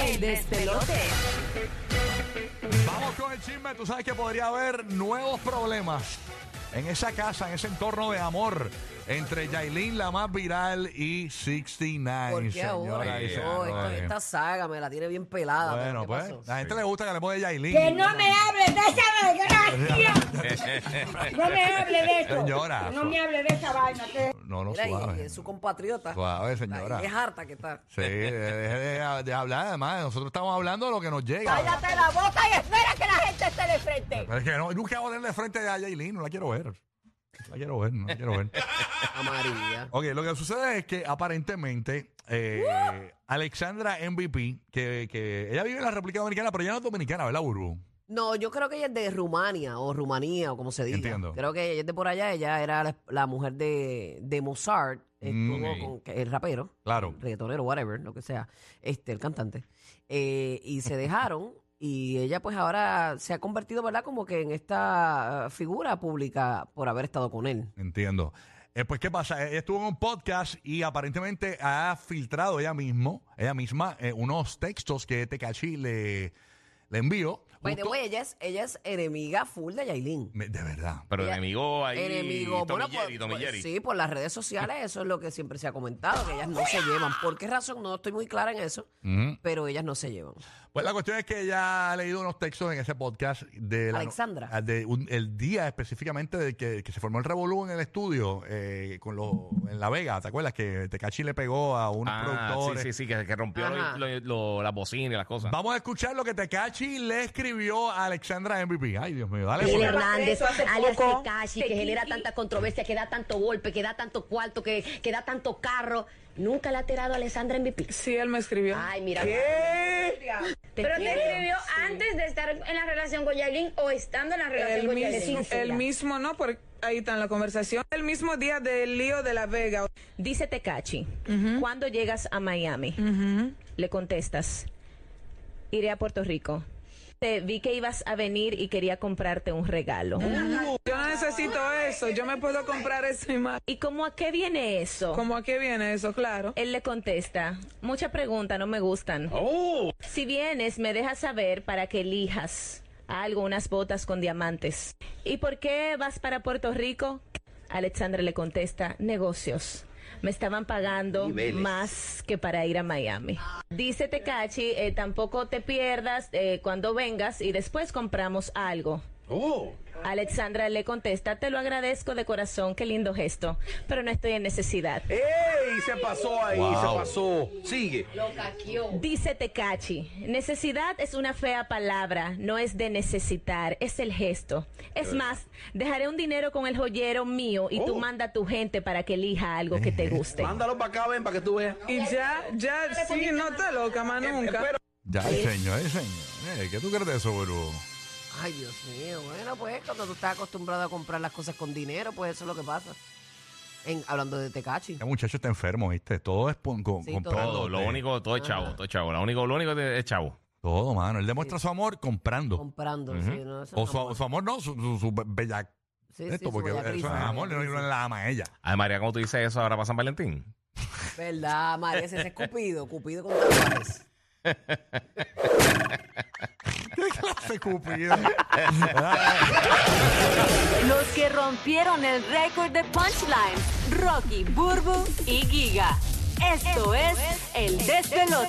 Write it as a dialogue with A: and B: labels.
A: El despelote.
B: Vamos con el chisme. Tú sabes que podría haber nuevos problemas en esa casa, en ese entorno de amor entre Yailin, la más viral, y 69.
A: ¿Por qué
B: señoras
A: ahora?
B: y
A: No, esto-
B: señores.
A: esta saga me la tiene bien pelada. pero
B: Bueno,
A: ¿qué
B: pues,
A: pasó?
B: la gente le gusta que le ponga Yailin.
C: Que no me hable de esa vaina, No me hable de eso.
B: Señora.
C: No me hable de esa vaina. que-
B: No, no,
A: Mira, y-
B: suave.
A: y es su compatriota.
B: Suave, señora.
A: Ay, Es harta que está.
B: Sí, deje de, de hablar, además. Nosotros estamos hablando de lo que nos llega.
D: Cállate la boca y espera que la gente esté de frente.
B: Pero es que no, nunca voy a ponerle frente a Yailin, no la quiero ver. No la quiero ver, no la quiero ver.
A: Amarilla.
B: Ok, lo que sucede es que aparentemente eh, Alexandra MVP, que, que ella vive en la República Dominicana, pero ella no es dominicana, ¿verdad, Burbu?
A: No, yo creo que ella es de Rumania o Rumanía o como se diga.
B: Entiendo.
A: Creo que ella es de por allá. Ella era la, la mujer de, de Mozart. Estuvo
B: Mm.
A: con que- el rapero,
B: Claro.
A: reggaetonero, whatever, lo que sea, este, el cantante. Eh, y se dejaron. Y ella pues ahora se ha convertido, ¿verdad? Como que en esta eh, figura pública por haber estado con él.
B: Entiendo. Eh, pues, ¿qué pasa? Ella estuvo en un podcast y aparentemente ha filtrado ella mismo, ella misma, eh, unos textos que Tecachi le, le envió.
A: By the
B: Justo-
A: way, ella es, ella es enemiga full de Yailin.
B: Me- De verdad.
E: Pero
A: Ella-
E: enemigo ahí.
A: enemigo.
E: Tommy
A: Bueno,
E: Jerry,
A: por-
E: Tommy
A: por-
E: Jerry.
A: sí, por las redes sociales eso es lo que siempre se ha comentado, que ellas no se llevan. ¿Por qué razón? No estoy muy clara en eso,
B: Ujú.
A: pero ellas no se llevan.
B: Pues la cuestión es que ella ha leído unos textos en ese podcast de la-
A: Alexandra.
B: ah, de un- el día específicamente de que, que se formó el revolú en el estudio eh, con los en La Vega, ¿te acuerdas que Tecachi le pegó a unos
E: Ah, sí,
B: productores?
E: sí, sí, que, que rompió
A: Ajá.
E: lo, lo- lo- la bocina y las cosas.
B: Vamos a escuchar lo que Tecachi le escribió a Alexandra MVP. Ay, Dios mío, dale pues.
D: Miguel
B: por ahí.
D: Hernández,
C: Eso hace
D: alias
C: poco.
D: Tekashi, que genera tanta controversia, que da tanto golpe, que da tanto cuarto, que, que da tanto carro. Nunca le ha tirado a Alessandra MVP.
F: Sí, él me escribió.
D: Ay, mira. Te
G: Pero te
D: quiero.
G: escribió antes de estar en la relación con Yailin o estando en la relación
F: el,
G: con
F: mis-
G: Yailin.
D: sincera.
F: el mismo, ¿no? Porque ahí está en la conversación. El mismo día del lío de La Vega.
H: Dice Tecachi, cuando llegas a Miami, le contestas, iré a Puerto Rico. Te vi que ibas a venir y quería comprarte un regalo.
F: Yo no necesito eso. Yo me puedo comprar esa imagen.
H: ¿Y cómo a qué viene eso?
F: ¿Cómo a qué viene eso? Claro.
H: Él le contesta, mucha pregunta, no me gustan. Si vienes, me dejas saber para que elijas algo, unas botas con diamantes. ¿Y por qué vas para Puerto Rico? Alexandra le contesta, negocios. Me estaban pagando más que para ir a Miami. Dice Tecachi, eh, tampoco te pierdas eh, cuando vengas y después compramos algo. Alexandra le contesta, te lo agradezco de corazón, qué lindo gesto, pero no estoy en necesidad.
I: ¡Ey! Se pasó ahí,
B: Wow.
I: se pasó. Sigue.
H: Dice Tecachi, necesidad es una fea palabra, no es de necesitar, es el gesto. Es más, dejaré un dinero con el joyero mío y tú
I: Oh.
H: manda a tu gente para que elija algo que te guste.
I: Mándalo para acá, ven, para que tú veas.
F: Y ya, ya, sí, no te loca más
B: Eh,
F: nunca.
I: Espera.
B: Ya, ay, señor, ay, señor. Eh, ¿Qué tú crees de eso, Burbu?
A: Ay, Dios mío. Bueno, pues cuando tú estás acostumbrado a comprar las cosas con dinero, pues eso es lo que pasa. En, hablando de Tecachi.
B: El Este muchacho está enfermo, ¿viste? Todo es pon- con- eh.
A: Sí,
B: comprando.
E: todo, lo único, todo es chavo, todo es chavo. Lo único, lo único es chavo.
B: Todo, mano. Él demuestra su amor comprando.
A: Comprando. sí, no, eso
B: O
A: no-
B: su, su amor no, su, su, su be- bella-
A: Sí, sí,
B: esto,
A: su
B: porque eso
A: bellatriz,
B: es
A: su
B: amor, no,
A: bellatriz.
B: no la ama ella.
E: Ay, María, ¿cómo tú dices eso ahora para San Valentín?
A: ¿Verdad, María? Ese es Cupido, Cupido con tatuajes.
B: ¿Qué clase cupido?
D: Los que rompieron el récord de punchline, Rocky, Burbu y Giga. Esto es el despelote.